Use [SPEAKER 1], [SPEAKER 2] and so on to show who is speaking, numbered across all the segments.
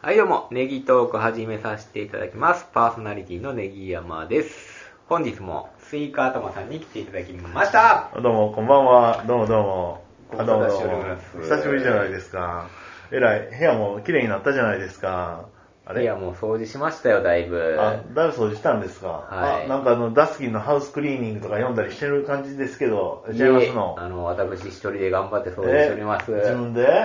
[SPEAKER 1] はい、どうも、ネギトーク始めさせていただきます。パーソナリティのネギ山です。本日も、スイカ頭さんに来ていただきました。
[SPEAKER 2] どうも、こんばんは。どうもどうも。
[SPEAKER 1] ご無
[SPEAKER 2] あ
[SPEAKER 1] 沙汰
[SPEAKER 2] どうも
[SPEAKER 1] して
[SPEAKER 2] ど
[SPEAKER 1] お
[SPEAKER 2] う
[SPEAKER 1] り
[SPEAKER 2] も
[SPEAKER 1] ます
[SPEAKER 2] 久しぶりじゃないですか。えらい、部屋も綺麗になったじゃないですか。あ
[SPEAKER 1] い
[SPEAKER 2] れ
[SPEAKER 1] や、
[SPEAKER 2] あ、
[SPEAKER 1] もう掃除しましたよ、だいぶ。
[SPEAKER 2] だいぶ掃除したんですか。
[SPEAKER 1] はい
[SPEAKER 2] あ、なんかあの、ダスキンのハウスクリーニングとか読んだりしてる感じですけど、
[SPEAKER 1] い
[SPEAKER 2] 違い
[SPEAKER 1] え
[SPEAKER 2] ますの。
[SPEAKER 1] あの、私一人で頑張って掃除
[SPEAKER 2] え
[SPEAKER 1] しております。
[SPEAKER 2] 自分で、
[SPEAKER 1] は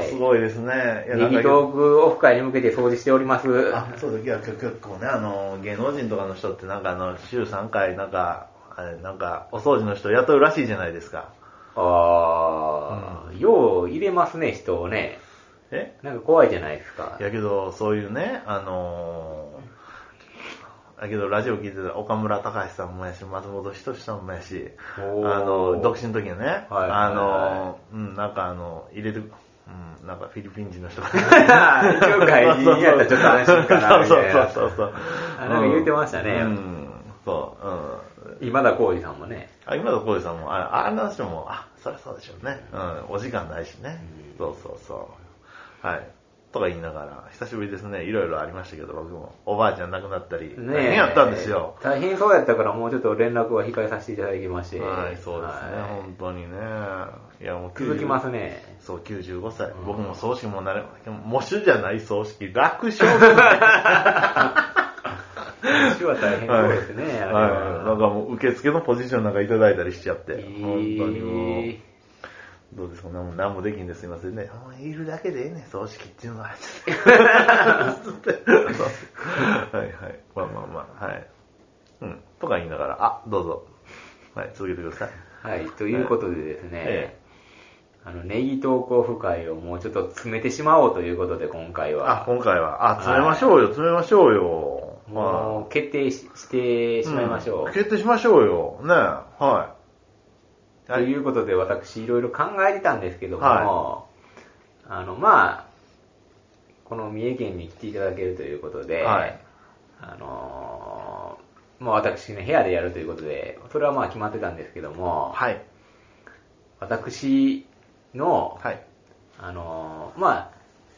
[SPEAKER 1] い
[SPEAKER 2] あすごいですね。いや
[SPEAKER 1] ネギトークオフ会に向けて掃除しております。
[SPEAKER 2] あそうだいや結結構ねあの芸能人とかの人ってなんかあの週3回なんかあれなんかお掃除の人雇うらしいじゃないですか
[SPEAKER 1] あー、よう入れますね、人をね。
[SPEAKER 2] え
[SPEAKER 1] なんか怖いじゃないですか。
[SPEAKER 2] やけど、そういうね、あのー、やけど、ラジオ聞いてた岡村隆史さんもやし、松本人志さんもやし、あ
[SPEAKER 1] おー
[SPEAKER 2] の、独身の時のね、
[SPEAKER 1] はい
[SPEAKER 2] あのー、うん、なんかあの、入れて、うん、なんかフィリピン人の人が。
[SPEAKER 1] 一応外人やったらちょっと安心かなみ
[SPEAKER 2] そ
[SPEAKER 1] た
[SPEAKER 2] う
[SPEAKER 1] い
[SPEAKER 2] そ
[SPEAKER 1] な
[SPEAKER 2] うそうそう。
[SPEAKER 1] あなんか言うてましたね
[SPEAKER 2] うん、そう、うん。
[SPEAKER 1] 今田耕司さんもね。
[SPEAKER 2] あ今の浩司さんも、ああんな人も、あ、そりゃそうでしょうね。うん、お時間ないしね。そうそうそう。はい。とか言いながら、久しぶりですね。いろいろありましたけど、僕も。おばあちゃん亡くなったり、大変やったんですよ。
[SPEAKER 1] 大変そうやったから、もうちょっと連絡は控えさせていただきまして。
[SPEAKER 2] はい、そうで
[SPEAKER 1] はい
[SPEAKER 2] すね。本当にね。いや、もう
[SPEAKER 1] 続きます。ね。
[SPEAKER 2] そう、95歳
[SPEAKER 1] う。ん
[SPEAKER 2] 僕も葬式もなれ、喪主じゃない葬式、楽勝ですね。
[SPEAKER 1] 私は大変 そうですね。
[SPEAKER 2] はい
[SPEAKER 1] あれ
[SPEAKER 2] はい。なん
[SPEAKER 1] は
[SPEAKER 2] かもう、受付のポジションなんかいただいたりしちゃって。
[SPEAKER 1] え
[SPEAKER 2] 本
[SPEAKER 1] ー
[SPEAKER 2] 当にもう。どうですか何も何もできんですいませんね。あいるだけでええねん、葬式っていうのは。 はいはい。まあまあまあ、はい。うん。とか言いながら、あ、どうぞ。はい、続けてください。
[SPEAKER 1] はい、ということでですね、
[SPEAKER 2] え
[SPEAKER 1] あの、ネギ投稿不会をもうちょっと詰めてしまおうということで、今回
[SPEAKER 2] あ、
[SPEAKER 1] は。
[SPEAKER 2] 今回は、あ、詰めましょうよ、詰めましょうよ。
[SPEAKER 1] もう決定ししてしまいましょう。
[SPEAKER 2] ん決定しましょうよ。ねえ、はい。
[SPEAKER 1] と
[SPEAKER 2] はい。
[SPEAKER 1] いうことで、私、いろいろ考えてたんですけども、
[SPEAKER 2] は
[SPEAKER 1] あの、まあ、この三重県に来ていただけるということで、
[SPEAKER 2] はい
[SPEAKER 1] あのーまあ、私の部屋でやるということで、それはまあ決まってたんですけども、
[SPEAKER 2] はい。
[SPEAKER 1] 私の、
[SPEAKER 2] はい。
[SPEAKER 1] あのーまあ、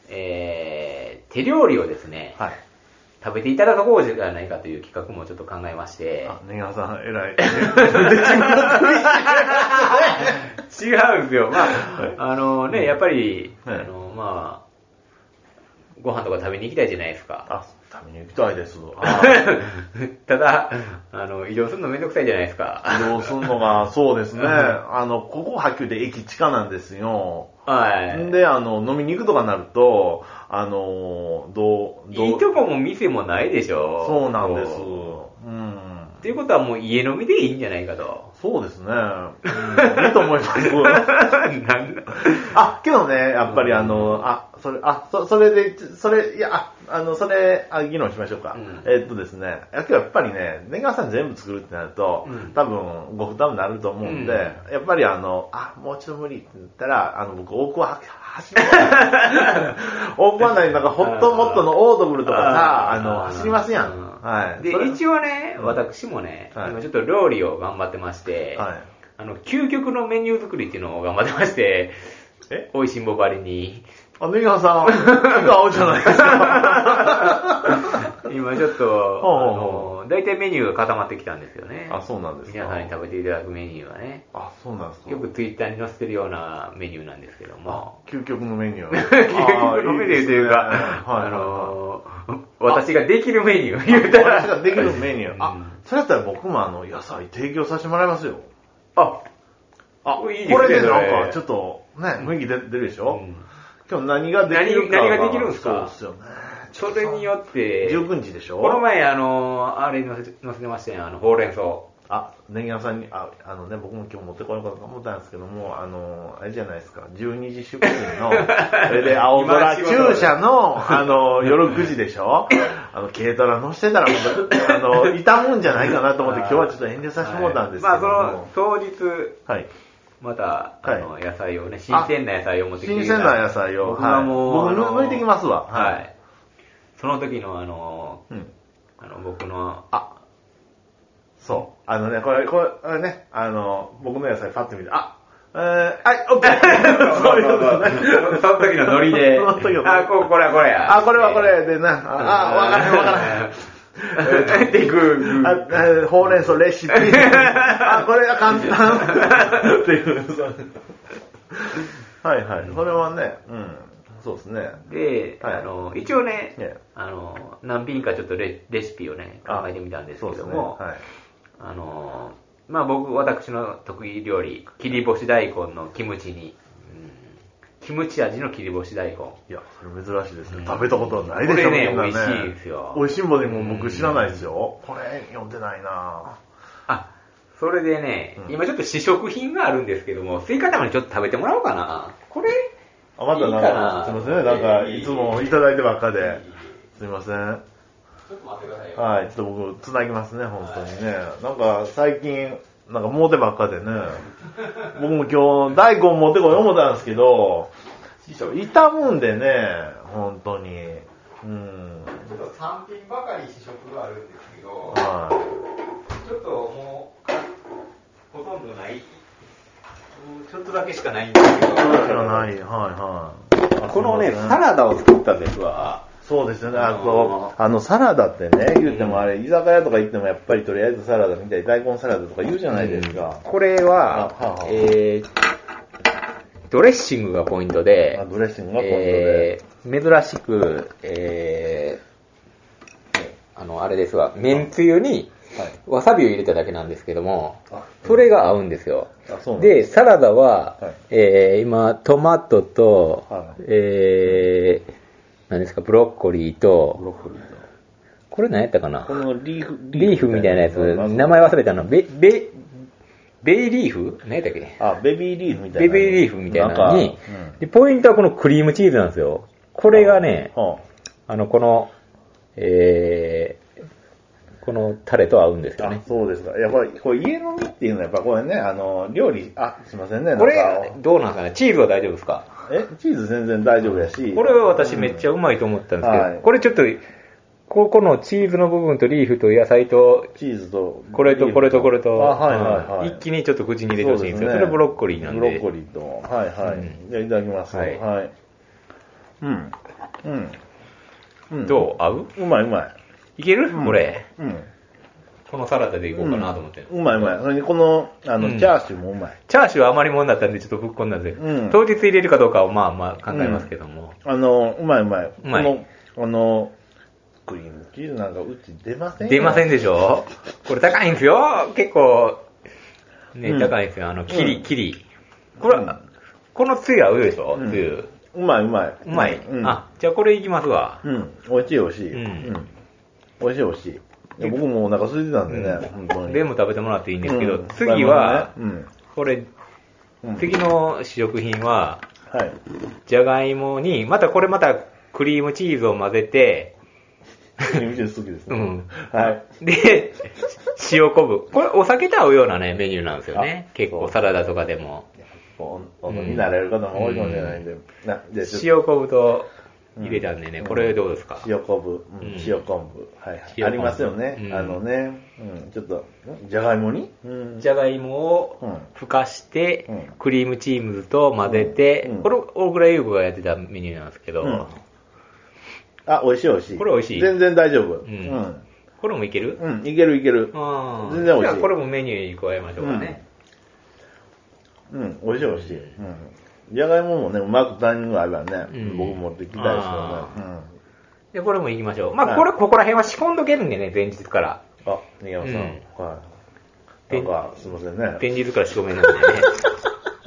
[SPEAKER 1] えー手料理をですね、
[SPEAKER 2] はい。
[SPEAKER 1] 食べていただこうじゃないかという企画もちょっと考えまして、
[SPEAKER 2] あ、根川さん、 偉い。
[SPEAKER 1] 違うんですよ。ま
[SPEAKER 2] はい
[SPEAKER 1] あ、あのね、やっぱり、あ
[SPEAKER 2] はい
[SPEAKER 1] の、まあ、ご飯とか食べに行きたいじゃないですか。
[SPEAKER 2] あ、食べに行きたいです。
[SPEAKER 1] ただ、あの、移動するのめんどくさいじゃないですか。
[SPEAKER 2] 移動するのが、そうですね。あの、ここ波及で駅地下なんですよ。
[SPEAKER 1] はい。
[SPEAKER 2] で、あの、飲みに行くとかなると、あの、どう、どう、
[SPEAKER 1] いいとこも店もないでしょ。
[SPEAKER 2] そうなんです。う
[SPEAKER 1] こ
[SPEAKER 2] ん
[SPEAKER 1] う。ということはもう家飲みでいいんじゃないか と。
[SPEAKER 2] そうですね。うんいいと思います。
[SPEAKER 1] なんだ
[SPEAKER 2] あ、けどね、やっぱり
[SPEAKER 1] うん
[SPEAKER 2] あの、あ、それ、あ、そそれで、ちそれ、いや、ああの、それ、あ議論しましょうか。
[SPEAKER 1] うん
[SPEAKER 2] えっとですね、やけどやっぱりね、年賀さん全部作るってなると、
[SPEAKER 1] うん
[SPEAKER 2] 多分ご負担になると思うんで、
[SPEAKER 1] うん
[SPEAKER 2] やっぱりあの、あ、もうちょっと無理って言ったら、あの、僕、大桑は、走る。 大桑内なんか、ホットモットのオードブルとかさ、あの、走りますやん。
[SPEAKER 1] う
[SPEAKER 2] はい。
[SPEAKER 1] で
[SPEAKER 2] それ、
[SPEAKER 1] 一応ね、
[SPEAKER 2] うん
[SPEAKER 1] 私もね、
[SPEAKER 2] はい
[SPEAKER 1] 今ちょっと料理を頑張ってまして、
[SPEAKER 2] はい。
[SPEAKER 1] あの、究極のメニュー作りっていうのを頑張ってまして、
[SPEAKER 2] え
[SPEAKER 1] 美味しんぼばりに、
[SPEAKER 2] あ、根 川さん、結構青じゃないですか。
[SPEAKER 1] 今ちょっと、あの、大体メニューが固まってきたんですよね。
[SPEAKER 2] あ、そうなんですか。
[SPEAKER 1] 皆さんに食べていただくメニューはね、
[SPEAKER 2] あ、そうなんですか。
[SPEAKER 1] よくツイッターに載せてるようなメニューなんですけども、
[SPEAKER 2] 究極のメニュ ー。
[SPEAKER 1] 究極のメニューという
[SPEAKER 2] あーいいですね
[SPEAKER 1] か、
[SPEAKER 2] はい
[SPEAKER 1] あ
[SPEAKER 2] は
[SPEAKER 1] の、私ができるメニュー言うた
[SPEAKER 2] いはい。私
[SPEAKER 1] ら、
[SPEAKER 2] ができるメニュー。
[SPEAKER 1] うん
[SPEAKER 2] あ、それやったら僕もあの、野菜提供させてもらいますよ。
[SPEAKER 1] あ、
[SPEAKER 2] あ、
[SPEAKER 1] いいですね
[SPEAKER 2] これで
[SPEAKER 1] それ
[SPEAKER 2] なんか、ちょっと、ね、雰囲気出出るでしょ
[SPEAKER 1] うん
[SPEAKER 2] 今日何ができるか
[SPEAKER 1] 何何ができるんすか
[SPEAKER 2] そうですよね。
[SPEAKER 1] それによっ
[SPEAKER 2] ち
[SPEAKER 1] て、
[SPEAKER 2] ょっと19日でしょ
[SPEAKER 1] この前、あの、あれに載せ載せてましたよ、あの、ほうれん草。
[SPEAKER 2] あ、ネギ屋さんに、あ、あのね、僕も今日持ってこようかと思ったんですけども、あの、あれじゃないですか、12時出勤 の、それで青空駐車の、あの、夜9時でし ょあの、軽トラ乗してたら、あの、痛むんじゃないかな と思って、今日はちょっと遠慮させてもらったんですけども、
[SPEAKER 1] はいまあ、その、当日、
[SPEAKER 2] はい。
[SPEAKER 1] また、あの、
[SPEAKER 2] は
[SPEAKER 1] 野菜をね、新鮮な野菜を持ってきてく
[SPEAKER 2] 新
[SPEAKER 1] れた
[SPEAKER 2] 鮮な野菜を、
[SPEAKER 1] 僕はもう、
[SPEAKER 2] はい、
[SPEAKER 1] あ
[SPEAKER 2] 僕
[SPEAKER 1] の
[SPEAKER 2] 抜いてきますわ。
[SPEAKER 1] はい。
[SPEAKER 2] い。
[SPEAKER 1] その時のあの、
[SPEAKER 2] うん。
[SPEAKER 1] あの僕の、
[SPEAKER 2] あ、そう。あのね、これ、これ、あれね、あの、僕の野菜パッと見て、あ、えー、はい、オッケ ー。そういうことね。
[SPEAKER 1] その時のノリで。
[SPEAKER 2] その時のノリ
[SPEAKER 1] あ、ここれはこれや。
[SPEAKER 2] あ、これはこれでな。あ、あわからんわからん。
[SPEAKER 1] えー。で、グー、グ
[SPEAKER 2] あ
[SPEAKER 1] ー。
[SPEAKER 2] えーほうれん草レシ ピ。あ、これは簡単。っていう。はいはい。それはね、うん。そうですね。
[SPEAKER 1] で、
[SPEAKER 2] はい
[SPEAKER 1] あの、一応ね、
[SPEAKER 2] ね
[SPEAKER 1] あの、何品かちょっとレレシピをね、考えてみたんですけども、
[SPEAKER 2] そうですねはい
[SPEAKER 1] あの、まあ僕、私の得意料理、切り干し大根のキムチに、うん、キムチ味の切り干し大根。
[SPEAKER 2] いや、それ珍しいですね。食べたことないでしょ、
[SPEAKER 1] これね
[SPEAKER 2] みんな
[SPEAKER 1] 美味しいですよ
[SPEAKER 2] 美味しいもでも僕知らないですよ。これ、読んでないな
[SPEAKER 1] あ、それでね、
[SPEAKER 2] うん
[SPEAKER 1] 今ちょっと試食品があるんですけども、スイカ玉にちょっと食べてもらおうかな。これ
[SPEAKER 2] あ、またなん
[SPEAKER 1] いいかな
[SPEAKER 2] か、すいませんね。なんか、いつもいただいてばっかで。すいません。
[SPEAKER 1] ちょっと待ってくださいよ。
[SPEAKER 2] はい、ちょっと僕、つなぎますね、本当にね。なんか、最近、なんか、モテばっかでね。僕も今日、大根持ってこよう思ったんですけど、傷むんでね、本当に。うん。
[SPEAKER 1] ちょっと3品ばかり試食があるんですけど
[SPEAKER 2] はい。
[SPEAKER 1] ちょっともう、ほとんどない。ちょっとだけしかないんですけど
[SPEAKER 2] 知らない、はいはい。
[SPEAKER 1] このね、
[SPEAKER 2] すいません
[SPEAKER 1] サラダを作ったんですわ。
[SPEAKER 2] そうですよね。
[SPEAKER 1] あ
[SPEAKER 2] あ
[SPEAKER 1] のー
[SPEAKER 2] そうあの、サラダってね、言うてもあれ、居酒屋とか行ってもやっぱりとりあえずサラダみたい、大根サラダとか言うじゃないですか。
[SPEAKER 1] これは
[SPEAKER 2] あはあはあ、
[SPEAKER 1] えー、ドレッシングがポイントで
[SPEAKER 2] あ、ドレッシングがポイント
[SPEAKER 1] え
[SPEAKER 2] で。
[SPEAKER 1] ー、珍しく、えー、ねあの、あれですわ、めんつゆに
[SPEAKER 2] はい、
[SPEAKER 1] わさびを入れただけなんですけども
[SPEAKER 2] あ、
[SPEAKER 1] それが合うんですよ
[SPEAKER 2] あそう。なん
[SPEAKER 1] で、
[SPEAKER 2] で
[SPEAKER 1] サラダは
[SPEAKER 2] はい、
[SPEAKER 1] えー、今、トマトと
[SPEAKER 2] は、い
[SPEAKER 1] えー、何ですか、ブロッコリー
[SPEAKER 2] ブロ
[SPEAKER 1] と、
[SPEAKER 2] ッコリーと
[SPEAKER 1] これ何やったかな
[SPEAKER 2] このリーフ、
[SPEAKER 1] リーフみたいなやつ、名前忘れたの、ベ、ベ、ベイリーフ何やったっけ
[SPEAKER 2] あ、ベビーリーフみた
[SPEAKER 1] ベ
[SPEAKER 2] いな。
[SPEAKER 1] ビーリーフみたいなの
[SPEAKER 2] ん
[SPEAKER 1] に
[SPEAKER 2] か、
[SPEAKER 1] で、ポイントはこのクリームチーズなんですよ。これがね、
[SPEAKER 2] うんは
[SPEAKER 1] あの、この、えー、このタレと合うんですよ
[SPEAKER 2] あ
[SPEAKER 1] ね。
[SPEAKER 2] そうですか。やっぱり、これ家飲みっていうのは、やっぱこれね、あの、料理、あ、すいませんね。なんか
[SPEAKER 1] これ、どうなんですかねチーズは大丈夫ですか
[SPEAKER 2] え、チーズ全然大丈夫やし。
[SPEAKER 1] これは私めっちゃうまいと思ったんですけど、
[SPEAKER 2] うんはい
[SPEAKER 1] これちょっと、ここのチーズの部分とリーフと野菜と、
[SPEAKER 2] チーズと、
[SPEAKER 1] これとこれとこれと、
[SPEAKER 2] あ、はいはいはい。
[SPEAKER 1] うん一気にちょっと口に入れてほしいんですよ。それはブロッコリーなんで。
[SPEAKER 2] ブロッコリーと。はいはい。
[SPEAKER 1] うん
[SPEAKER 2] じゃあいただきます。
[SPEAKER 1] は
[SPEAKER 2] はいい。うん。うん。うん、
[SPEAKER 1] どう合う
[SPEAKER 2] うまいうまい。
[SPEAKER 1] いける、
[SPEAKER 2] うん
[SPEAKER 1] これ。
[SPEAKER 2] うん。
[SPEAKER 1] このサラダでいこうかなと思ってる。
[SPEAKER 2] うんうまいうまい。それにこの、あの、
[SPEAKER 1] うん
[SPEAKER 2] チャーシューもうまい。
[SPEAKER 1] チャーシューは余りもんだったんでちょっとぶっこんだんですよ、
[SPEAKER 2] うん
[SPEAKER 1] 当日入れるかどうかはまあまあ考えますけども。
[SPEAKER 2] あの、うまいうまい。
[SPEAKER 1] うまい
[SPEAKER 2] この、あの、クリームチーズなんかうち出ませんよ
[SPEAKER 1] 出ませんでしょこれ高いんですよ結構。ね、
[SPEAKER 2] うん
[SPEAKER 1] 高いんですよ。あの、キ
[SPEAKER 2] う
[SPEAKER 1] リ、
[SPEAKER 2] ん
[SPEAKER 1] キリ。これ、
[SPEAKER 2] うん
[SPEAKER 1] このつゆ合うでしょ、
[SPEAKER 2] うん
[SPEAKER 1] つゆ。
[SPEAKER 2] うまいうまい。
[SPEAKER 1] うまい、
[SPEAKER 2] うん。
[SPEAKER 1] あ、じゃあこれいきますわ。
[SPEAKER 2] うん。美味しい美味しい。
[SPEAKER 1] うん
[SPEAKER 2] うん。美味しい美味しいいや。僕もお腹空いてたんでね、本当に。
[SPEAKER 1] 全部食べてもらっていいんですけど、
[SPEAKER 2] うん
[SPEAKER 1] 次は、
[SPEAKER 2] うん。
[SPEAKER 1] これ、
[SPEAKER 2] うん
[SPEAKER 1] 次の試食品は、
[SPEAKER 2] はい。
[SPEAKER 1] じゃがいもに、またこれまたクリームチーズを混ぜて、
[SPEAKER 2] クリームチーズ好きですね。
[SPEAKER 1] うん
[SPEAKER 2] はい。
[SPEAKER 1] で、塩昆布。これお酒と合うようなね、メニューなんですよね。
[SPEAKER 2] あ
[SPEAKER 1] 結構
[SPEAKER 2] そう
[SPEAKER 1] サラダとかでも。
[SPEAKER 2] おお飲みになられる方も多いかもしれないんで、なじゃあちょっ
[SPEAKER 1] 塩昆布と入れたんでね、
[SPEAKER 2] うん
[SPEAKER 1] これどうですか
[SPEAKER 2] と塩昆布、うん
[SPEAKER 1] うん
[SPEAKER 2] 塩昆布、はいはい、
[SPEAKER 1] 塩昆布
[SPEAKER 2] ありますよね、
[SPEAKER 1] うん
[SPEAKER 2] あのね、うん、ちょっと、んじゃがいもに、うん、
[SPEAKER 1] じゃがいも
[SPEAKER 2] う
[SPEAKER 1] を
[SPEAKER 2] ん
[SPEAKER 1] ふかして
[SPEAKER 2] うん、
[SPEAKER 1] クリームチームズと混ぜて
[SPEAKER 2] うんう、ん
[SPEAKER 1] これ大倉優子がやってたメニューなんですけ
[SPEAKER 2] うん
[SPEAKER 1] ど、
[SPEAKER 2] あ、美味しい美味しい。
[SPEAKER 1] これ美味しい
[SPEAKER 2] 全然大丈夫。
[SPEAKER 1] う
[SPEAKER 2] うんん。
[SPEAKER 1] これもいける
[SPEAKER 2] うん、いけるいける。
[SPEAKER 1] うん
[SPEAKER 2] 全然美味しい
[SPEAKER 1] じゃあこれもメニューに加えましょうかね。
[SPEAKER 2] うん、美味しい美味しい。うん。じゃがいももね、うまくタイミングがあればね、
[SPEAKER 1] うん
[SPEAKER 2] 僕持ってきたいです
[SPEAKER 1] あ
[SPEAKER 2] けどね。
[SPEAKER 1] で、これもいきましょう。ま
[SPEAKER 2] は
[SPEAKER 1] あ、
[SPEAKER 2] い
[SPEAKER 1] これ、ここら辺は仕込んどけるんでね、前日から。
[SPEAKER 2] うん。あ、新山さん、
[SPEAKER 1] う
[SPEAKER 2] はい。
[SPEAKER 1] で
[SPEAKER 2] なんか、すいませんね。
[SPEAKER 1] 前日から仕込めなんでね。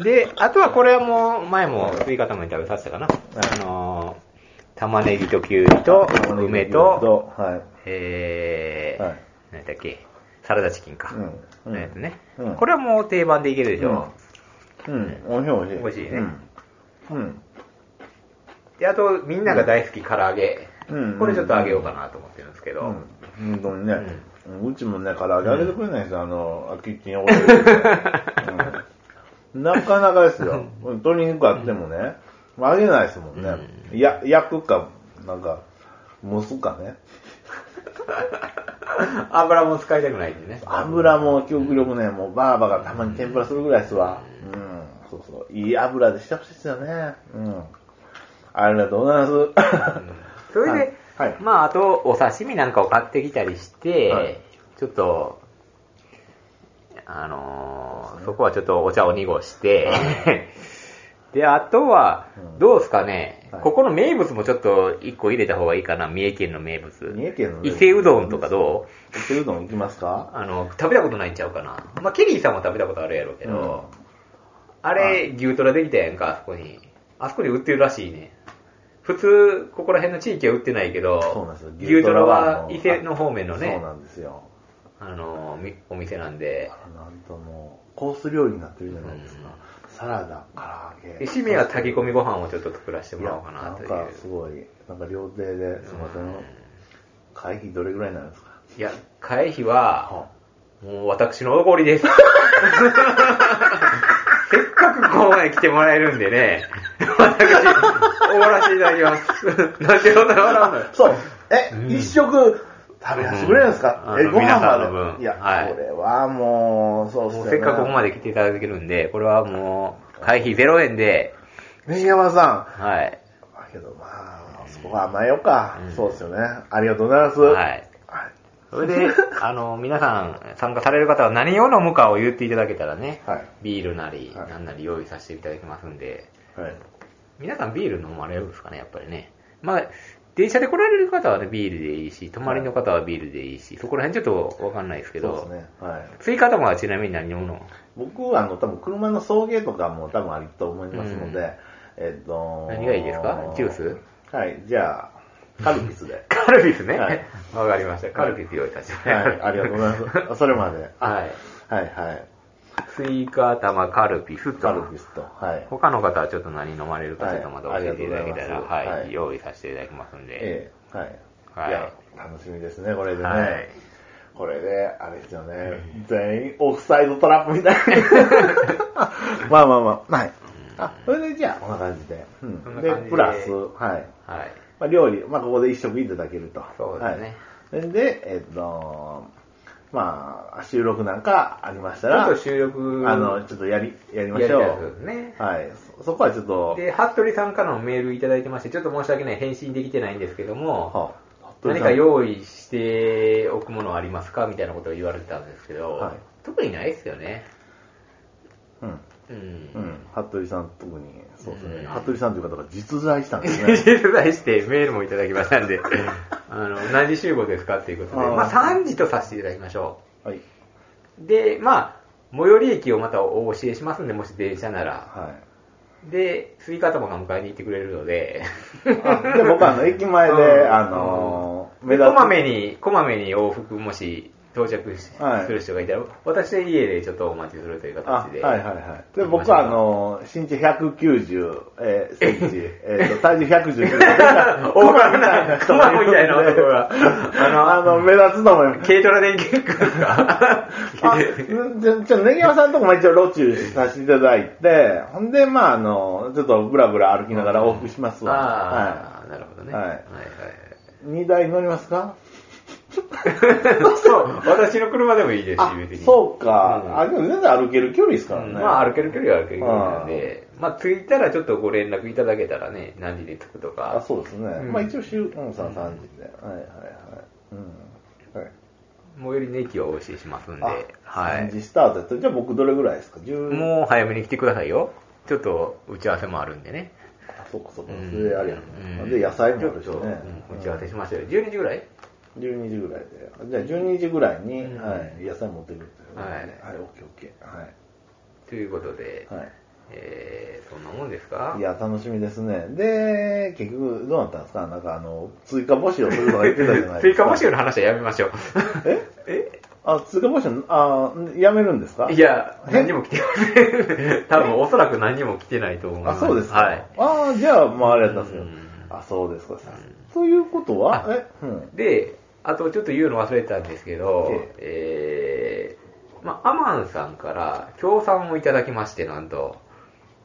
[SPEAKER 1] で、あとはこれはもう、前も、スイカ玉に食べさせたかな。あのー、玉ねぎときゅうりと、梅と、、
[SPEAKER 2] はい。
[SPEAKER 1] えー、
[SPEAKER 2] はい
[SPEAKER 1] 何だっけ、サラダチキンか。
[SPEAKER 2] うんうん
[SPEAKER 1] のやつね、
[SPEAKER 2] うん
[SPEAKER 1] これはもう定番でいけるでしょ。
[SPEAKER 2] うん、美味しい美味しい。
[SPEAKER 1] 美味しいね
[SPEAKER 2] うん。うん。
[SPEAKER 1] で、あと、みんなが大好き唐揚げ。
[SPEAKER 2] うん
[SPEAKER 1] これちょっとあげようかなと思ってるんですけど。
[SPEAKER 2] うん本当にね、うんうちもね、唐揚げあげてくれないんですよ、あの、キッチン汚れてるから、うんなかなかですよ。鶏肉あってもね、あげないですもんね。や焼くか、なんか、蒸すかね。
[SPEAKER 1] 油も使いたくないんでね。
[SPEAKER 2] 油も記憶力ね、もうばあばがたまに天ぷらするぐらいですわ。うん。そうそう。いい油でしてほしいですよね。うん。ありがとうございます。
[SPEAKER 1] それで、
[SPEAKER 2] はいはい
[SPEAKER 1] まあ、あと、お刺身なんかを買ってきたりして、
[SPEAKER 2] はい
[SPEAKER 1] ちょっと、あのー
[SPEAKER 2] そ
[SPEAKER 1] そ,、
[SPEAKER 2] うですね
[SPEAKER 1] こはちょっとお茶を濁して、 で、あとは
[SPEAKER 2] う、ん
[SPEAKER 1] どうですかね、
[SPEAKER 2] はい
[SPEAKER 1] ここの名物もちょっと一個入れた方がいいかな、三重県の名
[SPEAKER 2] 三
[SPEAKER 1] 物。
[SPEAKER 2] 重県のね
[SPEAKER 1] 伊勢うどんとかどう
[SPEAKER 2] 伊勢うどん行きますか
[SPEAKER 1] あの、食べたことないんちゃうかな。まあ、ケリーさんも食べたことあるやろうけど、あ
[SPEAKER 2] は
[SPEAKER 1] れ、牛トラできたやんか、あそこに。あそこに売ってるらしいね。普通、ここら辺の地域は売ってないけど、
[SPEAKER 2] そうなんですよ。
[SPEAKER 1] 牛トラは
[SPEAKER 2] あ
[SPEAKER 1] 伊勢の方面の
[SPEAKER 2] そう
[SPEAKER 1] ね、
[SPEAKER 2] なんですよ。
[SPEAKER 1] あの、みお店なんで、
[SPEAKER 2] あなんともう、コース料理になってるじゃないですか。サラダ、唐揚げ。
[SPEAKER 1] 締めは炊き込みご飯をちょっと作らせてもらおうかなとい
[SPEAKER 2] いやなんかす
[SPEAKER 1] う。
[SPEAKER 2] ごい、なんか料亭で、すみませ
[SPEAKER 1] うん
[SPEAKER 2] ん。会費どれぐらいになるんですか
[SPEAKER 1] いや、会費は、
[SPEAKER 2] は
[SPEAKER 1] もう私のおごり です。せっかくここまで来てもらえるんでね、私、おごらせていただき ます。なんでそんな笑うのよ
[SPEAKER 2] あそう。え、
[SPEAKER 1] うん
[SPEAKER 2] 一食食べさせてくれるんです
[SPEAKER 1] うん
[SPEAKER 2] か
[SPEAKER 1] あの
[SPEAKER 2] え、ご
[SPEAKER 1] 皆
[SPEAKER 2] 飯
[SPEAKER 1] さんの分
[SPEAKER 2] まで。いや、
[SPEAKER 1] はい
[SPEAKER 2] これはもう、そうっす
[SPEAKER 1] も
[SPEAKER 2] よ
[SPEAKER 1] う
[SPEAKER 2] ね。
[SPEAKER 1] せっかくここまで来ていただけるんで、これはもう、会費0円で、
[SPEAKER 2] 西山さん。
[SPEAKER 1] はい。
[SPEAKER 2] だけどまあ、そこは甘えようか
[SPEAKER 1] うん。
[SPEAKER 2] そうですよね。ありがとうございます。
[SPEAKER 1] はい。
[SPEAKER 2] はい。
[SPEAKER 1] それ で、あの、皆さん、参加される方は何を飲むかを言っていただけたらね、
[SPEAKER 2] はい
[SPEAKER 1] ビールなり、
[SPEAKER 2] はい
[SPEAKER 1] 何なり用意させていただきますんで、
[SPEAKER 2] はい。
[SPEAKER 1] 皆さんビール飲まれるんですかね、やっぱりね。まあ、電車で来られる方はね、ビールでいいし、泊まりの方はビールでいいし、そこら辺ちょっとわかんないですけ
[SPEAKER 2] そうです
[SPEAKER 1] ど、
[SPEAKER 2] ね。はい。
[SPEAKER 1] 追加玉はちなみに何もの
[SPEAKER 2] 僕はあの多分車の送迎とかも多分ありと思いますので、
[SPEAKER 1] うん
[SPEAKER 2] えっと
[SPEAKER 1] 何がいいですかジュース
[SPEAKER 2] はいじゃあカルピス で
[SPEAKER 1] カルピスね。わ、
[SPEAKER 2] はい
[SPEAKER 1] かりました。カルピス用意させても
[SPEAKER 2] は
[SPEAKER 1] らい
[SPEAKER 2] い
[SPEAKER 1] ます。
[SPEAKER 2] ありがとうございますそれまであ
[SPEAKER 1] はい。
[SPEAKER 2] はいはい
[SPEAKER 1] 追加玉、カルピスと。
[SPEAKER 2] カルピスとはい
[SPEAKER 1] 他の方はちょっと何飲まれるかちょっとまた
[SPEAKER 2] はい
[SPEAKER 1] 教えていただけたら、はい、
[SPEAKER 2] ありがとうございますはい
[SPEAKER 1] 用意させていただきますんで。
[SPEAKER 2] ええはい、
[SPEAKER 1] はい
[SPEAKER 2] や楽しみですねこれでね、
[SPEAKER 1] はい
[SPEAKER 2] これで、あれですよね、全員オフサイドトラップみたい な。まあまあまあ、はい。あ、それでじゃあ、こんな感じで。う、
[SPEAKER 1] こんなん感
[SPEAKER 2] で
[SPEAKER 1] じで、
[SPEAKER 2] プラス、はい。
[SPEAKER 1] はい。
[SPEAKER 2] まあ、料理、まあ、ここで一食いただけると。
[SPEAKER 1] そうですね
[SPEAKER 2] はい、で、えっと、まあ、収録なんかありました
[SPEAKER 1] ちょ
[SPEAKER 2] ら、
[SPEAKER 1] っと収録、
[SPEAKER 2] あの、ちょっとやり、やりま
[SPEAKER 1] やり
[SPEAKER 2] したょ
[SPEAKER 1] いです
[SPEAKER 2] う。
[SPEAKER 1] ね。
[SPEAKER 2] はい。そそこはちょっと、
[SPEAKER 1] で、服部さんからのメールいただいてまして、ちょっと申し訳ない、返信できてないんですけども、
[SPEAKER 2] はあ
[SPEAKER 1] 何か用意しておくものありますかみたいなことを言われてたんですけど、
[SPEAKER 2] はい
[SPEAKER 1] 特にないですよね。
[SPEAKER 2] うん。
[SPEAKER 1] うん。
[SPEAKER 2] うん。服部さん、特に、そうですね。
[SPEAKER 1] うん
[SPEAKER 2] 服部さんという方が実 在したんですね。
[SPEAKER 1] 取材してメールもいただきましたん で、あの、何時集合ですかっていうことで、
[SPEAKER 2] あー
[SPEAKER 1] まあ3時とさせていただきましょう。
[SPEAKER 2] はい。
[SPEAKER 1] で、まあ、最寄り駅をまたお教えしますんで、もし電車なら。
[SPEAKER 2] はい。
[SPEAKER 1] で、スイカ玉が迎えに行ってくれるので、
[SPEAKER 2] あで、僕はあの、駅前
[SPEAKER 1] う
[SPEAKER 2] で、
[SPEAKER 1] ん
[SPEAKER 2] あの、
[SPEAKER 1] こ
[SPEAKER 2] 目立つ。
[SPEAKER 1] まめに、こまめに往復もし到着し
[SPEAKER 2] はい
[SPEAKER 1] する人がいたら、私は家でちょっとお待ちするという形
[SPEAKER 2] あはい
[SPEAKER 1] で。
[SPEAKER 2] はいはい。で、僕はあの、身長190、えー、センチ、えっと、体重110キロ。
[SPEAKER 1] 大柄な、 クマ みたいな男が、
[SPEAKER 2] あの、あ
[SPEAKER 1] あ
[SPEAKER 2] の、目立つのも、
[SPEAKER 1] の、軽トラで行けるか
[SPEAKER 2] あ、じゃ、じゃ、ネギワさんとこも一応路中させていただいて、ほんで、まああの、ちょっとブラブラ歩きながら往復しますわ。は
[SPEAKER 1] ああ、なるほどね。
[SPEAKER 2] はい
[SPEAKER 1] はい
[SPEAKER 2] い。荷台乗りますか
[SPEAKER 1] はい。そう、私の車でもいいですし
[SPEAKER 2] あ、、
[SPEAKER 1] 別に。
[SPEAKER 2] そうか。
[SPEAKER 1] うん
[SPEAKER 2] あ、でも全然歩ける距離ですからね。
[SPEAKER 1] まあ歩ける距離は歩ける距離なんで、まあ着いたらちょっとご連絡いただけたらね、何時で着くと
[SPEAKER 2] あ、
[SPEAKER 1] か、
[SPEAKER 2] そうですね。
[SPEAKER 1] うん
[SPEAKER 2] まあ一応、週、うん、さん3時で。はいはいはい。うん。はい。
[SPEAKER 1] 最寄りの駅はお教えしますんで、
[SPEAKER 2] あ、
[SPEAKER 1] は
[SPEAKER 2] 3時
[SPEAKER 1] い。
[SPEAKER 2] スタートやったらじゃあ僕どれぐらいですか ?10?
[SPEAKER 1] もう早めに来てくださいよ。ちょっと打ち合わせもあるんでね。
[SPEAKER 2] あ、そうかそうか。
[SPEAKER 1] うん
[SPEAKER 2] それあれや
[SPEAKER 1] う
[SPEAKER 2] な。
[SPEAKER 1] ん
[SPEAKER 2] で、野菜もあるし
[SPEAKER 1] ちょっと
[SPEAKER 2] ね。
[SPEAKER 1] うん打ち合わせしましょうよ。12時ぐらい
[SPEAKER 2] 12時ぐらいで。じゃあ12時ぐらいに、
[SPEAKER 1] うん
[SPEAKER 2] はい、野菜持ってくるってこと
[SPEAKER 1] は
[SPEAKER 2] で
[SPEAKER 1] い
[SPEAKER 2] はい、オッケーオッケー。はい。
[SPEAKER 1] ということで、
[SPEAKER 2] はい
[SPEAKER 1] えー、そんなもんですか
[SPEAKER 2] いや、楽しみですね。で、結局、どうなったんですかなんか、あの、追加募集をするとか言ってたじゃないで
[SPEAKER 1] 追
[SPEAKER 2] すか。
[SPEAKER 1] 加募集の話はやめましょう。
[SPEAKER 2] え
[SPEAKER 1] え
[SPEAKER 2] あ、追加募集、あ、やめるんですか
[SPEAKER 1] いや、何にも来てません。多分、おそらく何にも来てないと思いま
[SPEAKER 2] あ、
[SPEAKER 1] す。
[SPEAKER 2] そうですか。
[SPEAKER 1] はい。
[SPEAKER 2] ああ、じゃあ、まあ、あれやったんですけど
[SPEAKER 1] うん。
[SPEAKER 2] あ、そうですか。ということは、
[SPEAKER 1] あ
[SPEAKER 2] え、うん。
[SPEAKER 1] で、あとちょっと言うの忘れてたんですけど、えー、まあ、アマンさんから協賛をいただきまして、なんと、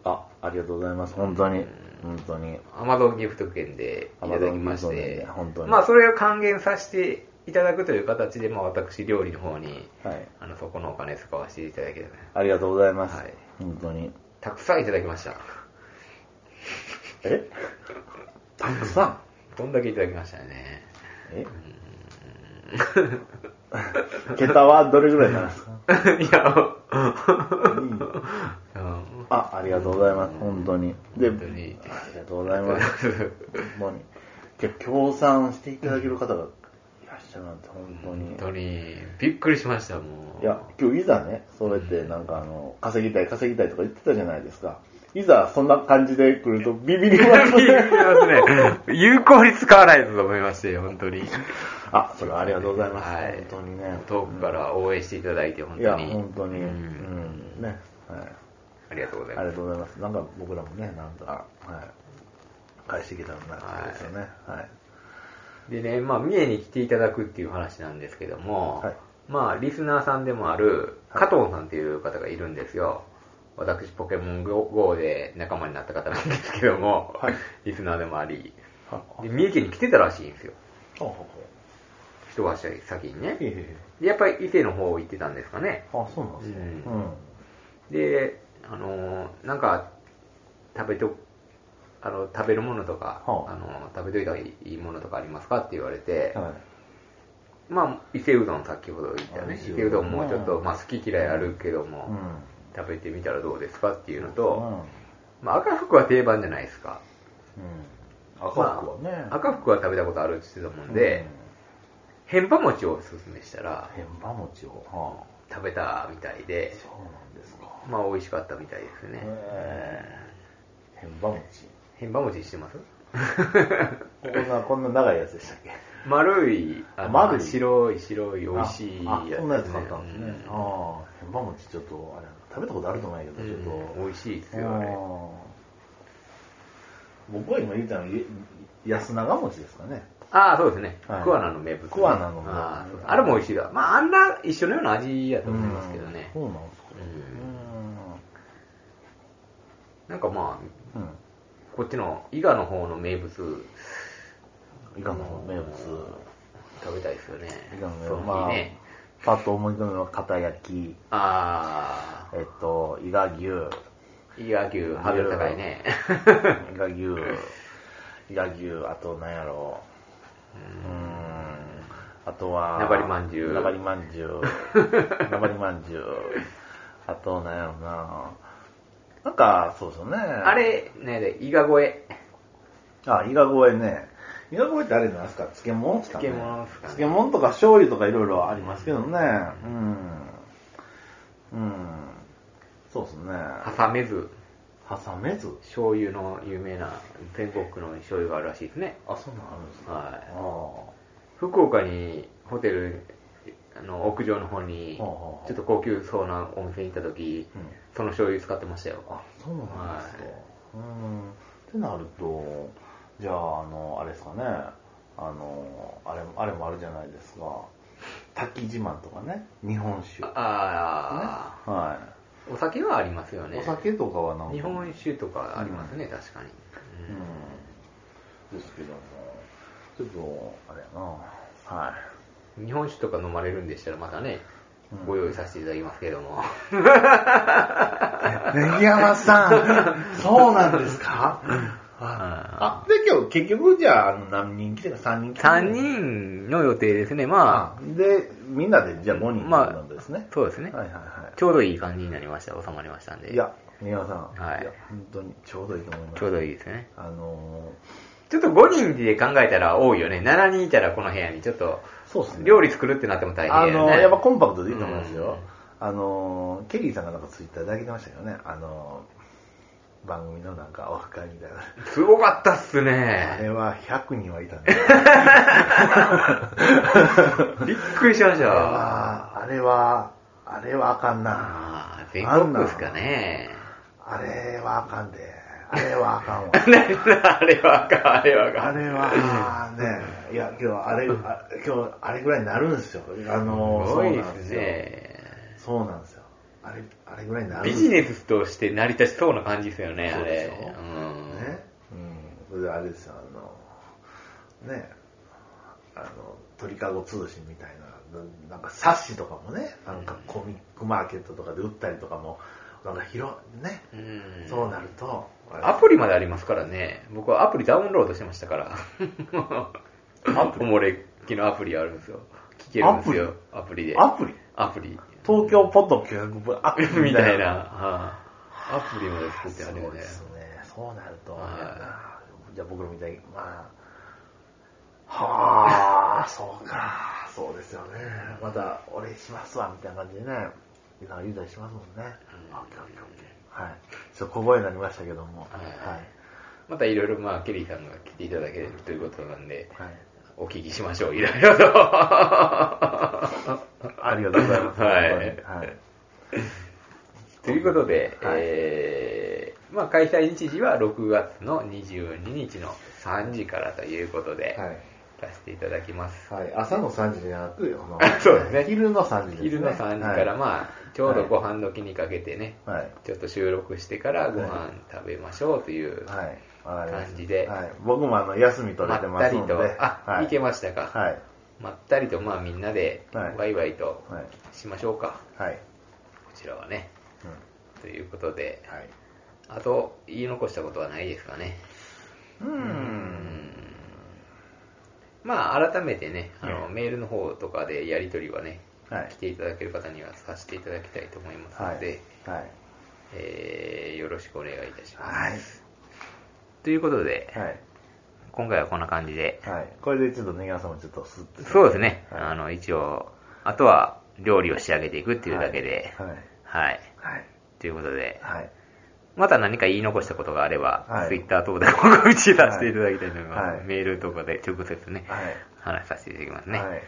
[SPEAKER 2] あ、ありがとうございます。本当に。本当に。
[SPEAKER 1] アマゾンギフト券でいただきまし
[SPEAKER 2] Amazon ギフト券
[SPEAKER 1] て
[SPEAKER 2] で、本当に
[SPEAKER 1] まあ、それを還元させていただくという形で、まあ、私、料理の方に、
[SPEAKER 2] はい。
[SPEAKER 1] あの、そこのお金使わせていただけた
[SPEAKER 2] ありがとうございます。
[SPEAKER 1] はい
[SPEAKER 2] 本当に。
[SPEAKER 1] たくさんいただきました。
[SPEAKER 2] え たくさん
[SPEAKER 1] どんだけいただきましたね。
[SPEAKER 2] え 桁はどれぐらいなんですか
[SPEAKER 1] いや、
[SPEAKER 2] あ、ありがとうございます。本当に。で、あ
[SPEAKER 1] 本当に
[SPEAKER 2] りがとうございます。本当に。今日協賛していただける方がいらっしゃるなんて本当に
[SPEAKER 1] 本。当に、びっくりしました、もう。
[SPEAKER 2] いや、今日いざね、それってなんかあの、稼ぎたい稼ぎたいとか言ってたじゃないですか。いざそんな感じで来るとビビります
[SPEAKER 1] びっくりし
[SPEAKER 2] ね。
[SPEAKER 1] ますね。有効に使わないと思いまして、本当に。
[SPEAKER 2] あ、それはありがとうございます。
[SPEAKER 1] はい
[SPEAKER 2] 本当にね。
[SPEAKER 1] 遠くから応援していただいて、本
[SPEAKER 2] いや、
[SPEAKER 1] 当に。
[SPEAKER 2] 本当に。
[SPEAKER 1] う
[SPEAKER 2] う
[SPEAKER 1] ん
[SPEAKER 2] ん。ね。はい。
[SPEAKER 1] ありがとうござい
[SPEAKER 2] あり
[SPEAKER 1] ま
[SPEAKER 2] がとうございます。なんか僕らもね、なんとか、はい。返していけたらなってですよね。はい。
[SPEAKER 1] す。でね、まあ、三重に来ていただくっていう話なんですけども、
[SPEAKER 2] はい
[SPEAKER 1] まあ、リスナーさんでもある、加藤さんっていう方がいるんですよ。私、ポケモン GO で仲間になった方なんですけども、
[SPEAKER 2] はい
[SPEAKER 1] リスナーでもあり、
[SPEAKER 2] は
[SPEAKER 1] で三重県に来てたらしいんですよ。
[SPEAKER 2] あ、は
[SPEAKER 1] 一足先にね
[SPEAKER 2] あ、。え
[SPEAKER 1] でやっぱり伊勢の方行ってたんですかね。
[SPEAKER 2] あ、そうなんですね。うん。
[SPEAKER 1] で、あのーなんか、食べと、あの、食べるものとか、
[SPEAKER 2] はあ
[SPEAKER 1] あの、食べといた方がいいものとかありますかって言われて、
[SPEAKER 2] はい。
[SPEAKER 1] まあ、伊勢うどん先ほど言ったね
[SPEAKER 2] あ、伊勢
[SPEAKER 1] 伊
[SPEAKER 2] うど
[SPEAKER 1] 勢う
[SPEAKER 2] ん
[SPEAKER 1] どんもちょっと、
[SPEAKER 2] うん
[SPEAKER 1] まあ、好き嫌いあるけども、
[SPEAKER 2] うん。
[SPEAKER 1] 食べてみたらどうですかっていうの
[SPEAKER 2] う
[SPEAKER 1] と、
[SPEAKER 2] ん。
[SPEAKER 1] まあ、赤福は定番じゃないですか。
[SPEAKER 2] 赤服はね。
[SPEAKER 1] まあ赤福は食べたことあるって言ってたもんで、変パ餅をおすすめしたら、
[SPEAKER 2] うん、変場餅を。はあ、
[SPEAKER 1] 食べたみたいで、
[SPEAKER 2] そうなんですか。
[SPEAKER 1] まあ、美味しかったみたいですね。
[SPEAKER 2] へ変場餅。
[SPEAKER 1] 変パ餅してます
[SPEAKER 2] こんな、こんな長いやつでしたっけ
[SPEAKER 1] 丸い、あの
[SPEAKER 2] 丸い
[SPEAKER 1] 白い、白い、美味しい
[SPEAKER 2] あ、あそんなやつ
[SPEAKER 1] ね
[SPEAKER 2] 買ったんですね。
[SPEAKER 1] うん
[SPEAKER 2] ああ、変場餅ちょっと、あれ、食べたことあるとないけど、ちょっと。
[SPEAKER 1] うん美味しいですよ、あれ。
[SPEAKER 2] うん僕は今言ったのは、い安永餅ですかね。
[SPEAKER 1] ああ、そうですね。
[SPEAKER 2] はい
[SPEAKER 1] 桑名の名物ね。
[SPEAKER 2] 桑名の名
[SPEAKER 1] あ
[SPEAKER 2] 物
[SPEAKER 1] あそうあれも美味しいだ。まあ、あんな一緒のような味やと思いますけどね。
[SPEAKER 2] うんそうなんですか。
[SPEAKER 1] なんかま
[SPEAKER 2] うん。うん
[SPEAKER 1] あ、こっちの伊賀の方の名物、
[SPEAKER 2] いかの名物。
[SPEAKER 1] 食べたいですよね。
[SPEAKER 2] いかの名
[SPEAKER 1] そ
[SPEAKER 2] 物。
[SPEAKER 1] の日
[SPEAKER 2] まあ
[SPEAKER 1] ね。、
[SPEAKER 2] パッと思い浮かぶのは、片焼き、
[SPEAKER 1] あ
[SPEAKER 2] えっと、伊賀牛、
[SPEAKER 1] あ、伊賀牛、ハードル高いね。
[SPEAKER 2] 伊賀牛、伊賀牛、あと何やろう。うん。あとは、
[SPEAKER 1] なばりまんじゅう
[SPEAKER 2] なばりまんじゅ う。なばりまんじゅう。あと何やろうな。なんか、そうですよ ね。
[SPEAKER 1] あれ、ねで、伊賀越え。
[SPEAKER 2] あ、伊賀越えね。伊賀越えってあれなんですか漬物ですか、ね、
[SPEAKER 1] 漬物ですかね
[SPEAKER 2] 漬物とか醤油とかいろいろありますけどね。うん。うん。そうですね。
[SPEAKER 1] 挟めず、
[SPEAKER 2] 挟めず
[SPEAKER 1] 醤油の有名な、全国区の醤油があるらしいですね。
[SPEAKER 2] あ、そんなんあるんですか
[SPEAKER 1] はい
[SPEAKER 2] ああ。は
[SPEAKER 1] 福岡にホテルあの屋上の方にち
[SPEAKER 2] あは
[SPEAKER 1] ょ
[SPEAKER 2] あ
[SPEAKER 1] っと高級そうなお店に行った時、
[SPEAKER 2] うん
[SPEAKER 1] その醤油使ってましたよ
[SPEAKER 2] あ、そうなんですか。
[SPEAKER 1] はい
[SPEAKER 2] うん。ってなると、じゃあ、あの、あれですかね。あの、あれあれもあるじゃないですか。滝自慢とかね。日本酒。ね。
[SPEAKER 1] ああ、
[SPEAKER 2] は
[SPEAKER 1] お酒はありますよ
[SPEAKER 2] い。
[SPEAKER 1] ね
[SPEAKER 2] お酒とかはなんか。
[SPEAKER 1] 日本酒とかありますね、確かに、うん
[SPEAKER 2] うんですけども、ちょっと、あれやな、はい。
[SPEAKER 1] 日本酒とか飲まれるんでしたらまたね
[SPEAKER 2] うん
[SPEAKER 1] ご用意させていただきますけども、
[SPEAKER 2] ネギ山さん、そうなんですかあ、で今日結局じゃああの何人来てるか3人来てる
[SPEAKER 1] 3人の予定ですねま
[SPEAKER 2] あで、みんなでじゃあ5
[SPEAKER 1] あ
[SPEAKER 2] 人
[SPEAKER 1] ま
[SPEAKER 2] 来
[SPEAKER 1] あ
[SPEAKER 2] るんですね。
[SPEAKER 1] そうですね、
[SPEAKER 2] はいはいは
[SPEAKER 1] ちょうどいい感じになりました収まりましたんで
[SPEAKER 2] い。いや、ネギ山さん、
[SPEAKER 1] はい
[SPEAKER 2] や本当にちょうどいいと思います。
[SPEAKER 1] ちょうどいいですね
[SPEAKER 2] あの
[SPEAKER 1] ちょっと5人で考えたら多いよね。7人いたらこの部屋にちょっと、
[SPEAKER 2] ーそうですね。
[SPEAKER 1] 料理作るってなっても大
[SPEAKER 2] あ
[SPEAKER 1] 変や
[SPEAKER 2] の
[SPEAKER 1] ね。
[SPEAKER 2] やっぱコンパクトでいいと思いますよ。あのケリーさんがなんかツイッターであげてましたけどね。あの番組のなんかオフ会みたいな。
[SPEAKER 1] すごかったっす
[SPEAKER 2] あれ
[SPEAKER 1] ね。
[SPEAKER 2] は100人は いたね。
[SPEAKER 1] びっくりしまし
[SPEAKER 2] あれ
[SPEAKER 1] た。
[SPEAKER 2] は、あれは、あれはあかんな。
[SPEAKER 1] あー全国区っすかね。
[SPEAKER 2] あれはあかんで。あれはあかん わ。
[SPEAKER 1] あれはか、あれはか。
[SPEAKER 2] あれは、ね、いや、今日あれ、あ今日あれぐらいになるんですよ。あの
[SPEAKER 1] す
[SPEAKER 2] そ
[SPEAKER 1] ご
[SPEAKER 2] う
[SPEAKER 1] いで
[SPEAKER 2] なんですすよ。
[SPEAKER 1] ね。
[SPEAKER 2] そうなんですよ。あれ、あれぐらいになるん
[SPEAKER 1] ビ
[SPEAKER 2] です
[SPEAKER 1] ジ
[SPEAKER 2] よ。
[SPEAKER 1] ネスとして成り立ちそうな感じですよね、
[SPEAKER 2] そ
[SPEAKER 1] あ
[SPEAKER 2] うでし
[SPEAKER 1] れうん
[SPEAKER 2] ょ。ね。うん。それであれですよ、あの、ね、あの、鳥かご通信みたいな、ななんか冊子とかもね、なんかコミックマーケットとかで売ったりとかも、のが広いね。
[SPEAKER 1] うん
[SPEAKER 2] そうなると、
[SPEAKER 1] アプリまでありますからね。僕はアプリダウンロードしてましたから。アプリおもれっきのアプリあるんですよ。聞けるんですよ。アプリで。
[SPEAKER 2] アプリ
[SPEAKER 1] アプリ。
[SPEAKER 2] 東京ポッドキャストアプリ
[SPEAKER 1] みたいな。。はいアプリまで作ってあ
[SPEAKER 2] そう
[SPEAKER 1] るよね
[SPEAKER 2] で。すね。そうなると、
[SPEAKER 1] はい
[SPEAKER 2] やなじゃあ僕らみたいに、まあ、はあ、そうか、そうですよね。また、お礼しますわ、みたいな感じでね、なんか言うたりしますもんね。あオッケーオッケーオッケーはい。ちょっと小声になりましたけども、
[SPEAKER 1] は
[SPEAKER 2] はいい。
[SPEAKER 1] またいろいろまあ、ケリーさんが来ていただけるということなんで、
[SPEAKER 2] はい。
[SPEAKER 1] お聞きしましょう。いろいろと。
[SPEAKER 2] ありがとうございます。
[SPEAKER 1] はい
[SPEAKER 2] 本当にはい。
[SPEAKER 1] ということで、
[SPEAKER 2] はい
[SPEAKER 1] えーまあ、開催日時は6月の22日の3時からということで、
[SPEAKER 2] はい
[SPEAKER 1] させていただきます。
[SPEAKER 2] はい、朝の3時じゃなく、この
[SPEAKER 1] そうですね
[SPEAKER 2] 昼の3時ですね。
[SPEAKER 1] 昼の3時から、
[SPEAKER 2] はい
[SPEAKER 1] まあ、ちょうどご飯時にかけてね、
[SPEAKER 2] はい。
[SPEAKER 1] ちょっと収録してからご飯食べましょうという、
[SPEAKER 2] はい。わかりました
[SPEAKER 1] 感じで
[SPEAKER 2] はい。僕もあの、休み取
[SPEAKER 1] ま
[SPEAKER 2] れ
[SPEAKER 1] って
[SPEAKER 2] ま
[SPEAKER 1] た
[SPEAKER 2] す
[SPEAKER 1] り
[SPEAKER 2] ので。
[SPEAKER 1] と、あ、
[SPEAKER 2] はい。
[SPEAKER 1] いけましたか、
[SPEAKER 2] はい。
[SPEAKER 1] まったりと、まあみんなで、
[SPEAKER 2] はい
[SPEAKER 1] ワイワイと
[SPEAKER 2] はい。
[SPEAKER 1] しましょうか、
[SPEAKER 2] はい。
[SPEAKER 1] こちらはね。
[SPEAKER 2] うん。
[SPEAKER 1] ということで、
[SPEAKER 2] はい。
[SPEAKER 1] あと、言い残したことはないですかね。
[SPEAKER 2] うーん。
[SPEAKER 1] まあ、改めてね、あの、
[SPEAKER 2] う
[SPEAKER 1] メールの方とかでやり取りはね、
[SPEAKER 2] はい
[SPEAKER 1] 来。ていただける方にはさせていただきたいと思いますので、
[SPEAKER 2] はい。
[SPEAKER 1] えーよろしくお願いいたします。
[SPEAKER 2] はい。
[SPEAKER 1] ということで、
[SPEAKER 2] はい。
[SPEAKER 1] 今回はこんな感じで、
[SPEAKER 2] はい。これでちょっとねぎわさんもちょっとスッと。
[SPEAKER 1] そうですね、
[SPEAKER 2] はい
[SPEAKER 1] あの、一応、あとは料理を仕上げていくっていうだけで、
[SPEAKER 2] はい。
[SPEAKER 1] はい。
[SPEAKER 2] はい。
[SPEAKER 1] ということで、
[SPEAKER 2] はい。
[SPEAKER 1] また何か言い残したことがあれば、
[SPEAKER 2] はい
[SPEAKER 1] Twitter 等で告知させていただきたいと思います。
[SPEAKER 2] はい
[SPEAKER 1] メールとかで直接ね、
[SPEAKER 2] はい。
[SPEAKER 1] 話させていただきますね。
[SPEAKER 2] はい。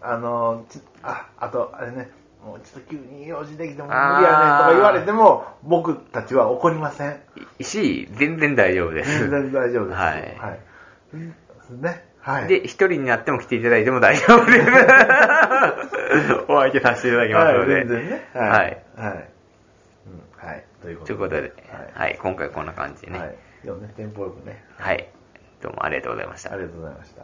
[SPEAKER 2] あの、ちあ、あと、あれね、もうちょっと急に用事できても無理
[SPEAKER 1] あー
[SPEAKER 2] やねんとか言われても、僕たちは怒りません。
[SPEAKER 1] いし、全然大丈夫です。
[SPEAKER 2] 全然大丈夫です。
[SPEAKER 1] はい
[SPEAKER 2] はい。うんね。はい。
[SPEAKER 1] で、一人になっても来ていただいても大丈夫 です。お相手させていただきますので。
[SPEAKER 2] はい、全然ね。
[SPEAKER 1] はい。。
[SPEAKER 2] はい。うん、はい。ということ
[SPEAKER 1] ということで、
[SPEAKER 2] は
[SPEAKER 1] は
[SPEAKER 2] い。
[SPEAKER 1] い、今回こんな感じでね。
[SPEAKER 2] はい。でもね、テンポよくね。
[SPEAKER 1] はい。どうもありがとうございました
[SPEAKER 2] あ。りがとうございました。